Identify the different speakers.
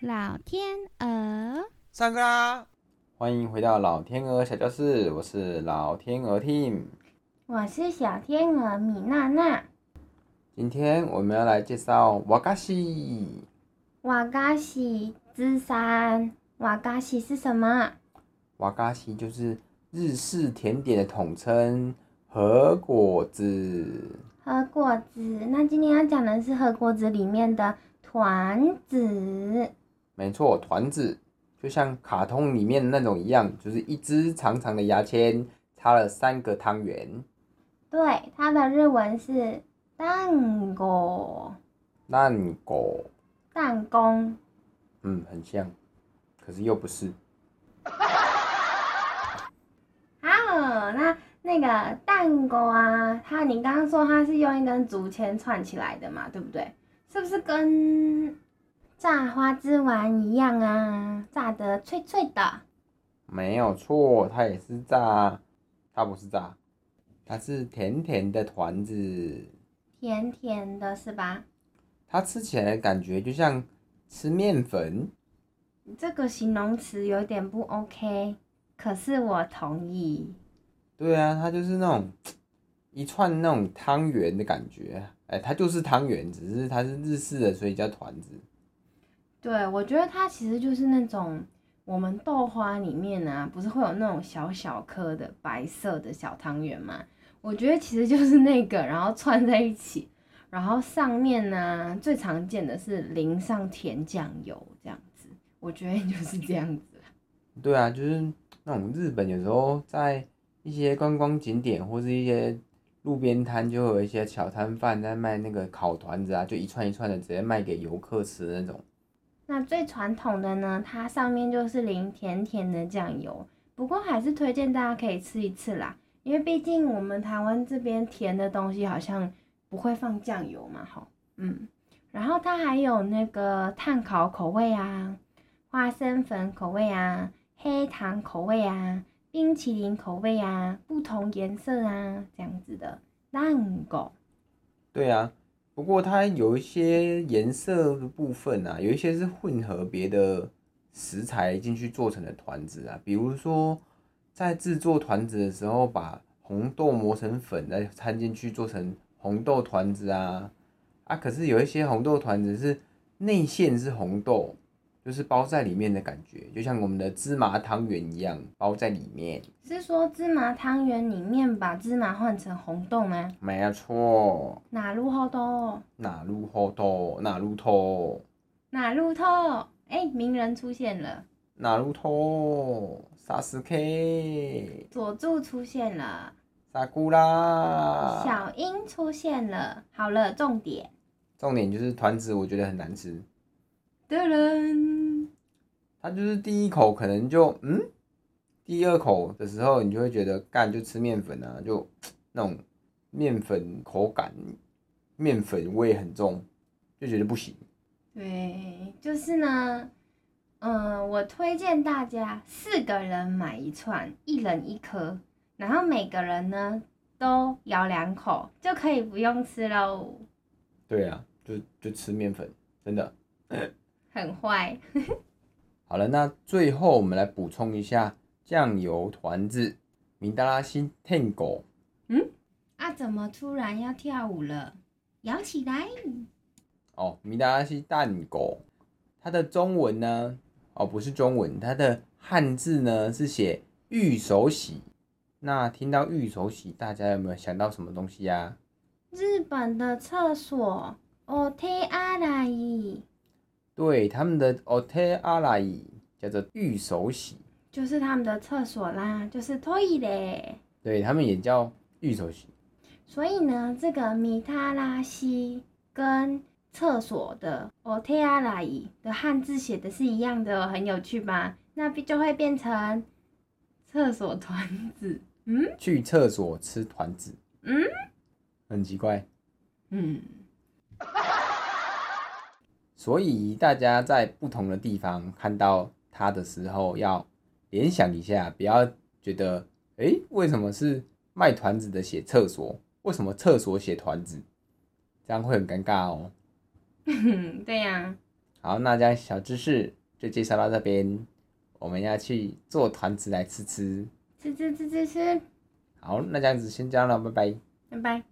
Speaker 1: 老天鹅，
Speaker 2: 上课啦！
Speaker 3: 啊欢迎回到老天鹅小教室，我是老天鹅 Team。
Speaker 4: 我是小天鹅米娜娜。
Speaker 3: 今天我们要来介绍瓦嘎西。
Speaker 4: 瓦嘎西之山，瓦嘎西是什么？
Speaker 3: 瓦嘎西就是日式甜点的统称，和果子。
Speaker 4: 和果子。那今天要讲的是和果子里面的团子。
Speaker 3: 没错，团子就像卡通里面的那种一样，就是一只长长的牙签插了三个汤圆。
Speaker 4: 对，它的日文是蛋果，
Speaker 3: 烂果，
Speaker 4: 蛋公。
Speaker 3: 嗯，很像，可是又不是。
Speaker 4: 好，那那个蛋糕啊，它你刚刚说它是用一根竹签串起来的嘛，对不对？是不是跟炸花枝丸一样啊？炸的脆脆的，
Speaker 3: 没有错，它也是炸，它不是炸，它是甜甜的团子，
Speaker 4: 甜甜的，是吧？
Speaker 3: 它吃起来的感觉就像吃面粉。
Speaker 4: 这个形容词有点不 OK，可是我同意。
Speaker 3: 对啊，它就是那种一串那种汤圆的感觉，哎、它就是汤圆，只是它是日式的，所以叫团子。
Speaker 4: 对，我觉得它其实就是那种我们豆花里面啊，不是会有那种小小颗的白色的小汤圆吗？我觉得其实就是那个，然后串在一起，然后上面呢、最常见的是淋上甜酱油这样子，我觉得就是这样子。
Speaker 3: 对啊，就是那种日本有时候在一些观光景点或是一些路边摊，就会有一些小摊贩在卖那个烤团子啊，就一串一串的直接卖给游客吃的那种。
Speaker 4: 那最传统的呢，它上面就是淋甜甜的酱油，不过还是推荐大家可以吃一次啦，因为毕竟我们台湾这边甜的东西好像不会放酱油嘛，吼，嗯，然后它还有那个炭烤口味啊，花生粉口味啊，黑糖口味啊，冰淇淋口味啊，不同颜色啊，这样子的蛋糕，
Speaker 3: 对啊，不过它有一些颜色的部分啊，有一些是混合别的食材进去做成的团子啊，比如说在制作团子的时候，把红豆磨成粉，再掺进去做成红豆团子啊。啊，可是有一些红豆团子是内馅是红豆，就是包在里面的感觉，就像我们的芝麻汤圆一样包在里面。
Speaker 4: 是说芝麻汤圆里面把芝麻换成红豆吗？
Speaker 3: 没错，
Speaker 4: 哪路后豆哦？
Speaker 3: 哪路后头，哪路头。
Speaker 4: 哪路透？哎，名人出现了，
Speaker 3: 哪路头、萨斯 K、
Speaker 4: 佐助出现了，
Speaker 3: 萨库拉。
Speaker 4: 小樱出现了。好了，重点。
Speaker 3: 重点就是团子，我觉得很难吃。
Speaker 4: 噔噔，
Speaker 3: 它就是第一口可能就嗯，第二口的时候你就会觉得干就吃面粉啊，就那种面粉口感、面粉味很重，就觉得不行。
Speaker 4: 对，就是呢，嗯、我推荐大家四个人买一串，一人一颗，然后每个人呢都咬两口，就可以不用吃喽。
Speaker 3: 对啊，就就吃面粉，真的。
Speaker 4: 很坏，
Speaker 3: 好了，那最后我们来补充一下酱油团子，明达拉新 Tango。
Speaker 4: 啊，怎么突然要跳舞了？摇起来！
Speaker 3: 哦，米达拉西蛋狗，它的中文呢？哦，不是中文，它的汉字呢是写玉手洗。那听到玉手洗，大家有没有想到什么东西呀、
Speaker 4: 日本的厕所，哦天阿拉伊。
Speaker 3: 对，他们的 o t e a r a 叫做玉手洗，
Speaker 4: 就是他们的厕所啦，就是 toilet。
Speaker 3: 对他们也叫玉手洗。
Speaker 4: 所以呢，这个米塔拉西跟厕所的 o t e a r a 的汉字写的是一样的哦，很有趣吧？那就会变成厕所团子。嗯
Speaker 3: 去厕所吃团子，
Speaker 4: 嗯
Speaker 3: 很奇怪。
Speaker 4: 嗯，
Speaker 3: 所以大家在不同的地方看到它的时候，要联想一下，不要觉得，诶，为什么是卖团子的写厕所？为什么厕所写团子？这样会很尴尬哦。
Speaker 4: 对呀、
Speaker 3: 好，那这样小知识就介绍到这边，我们要去做团子来吃吃。
Speaker 4: 吃吃吃吃吃，
Speaker 3: 好，那这样子先这样了，拜拜。
Speaker 4: 拜拜。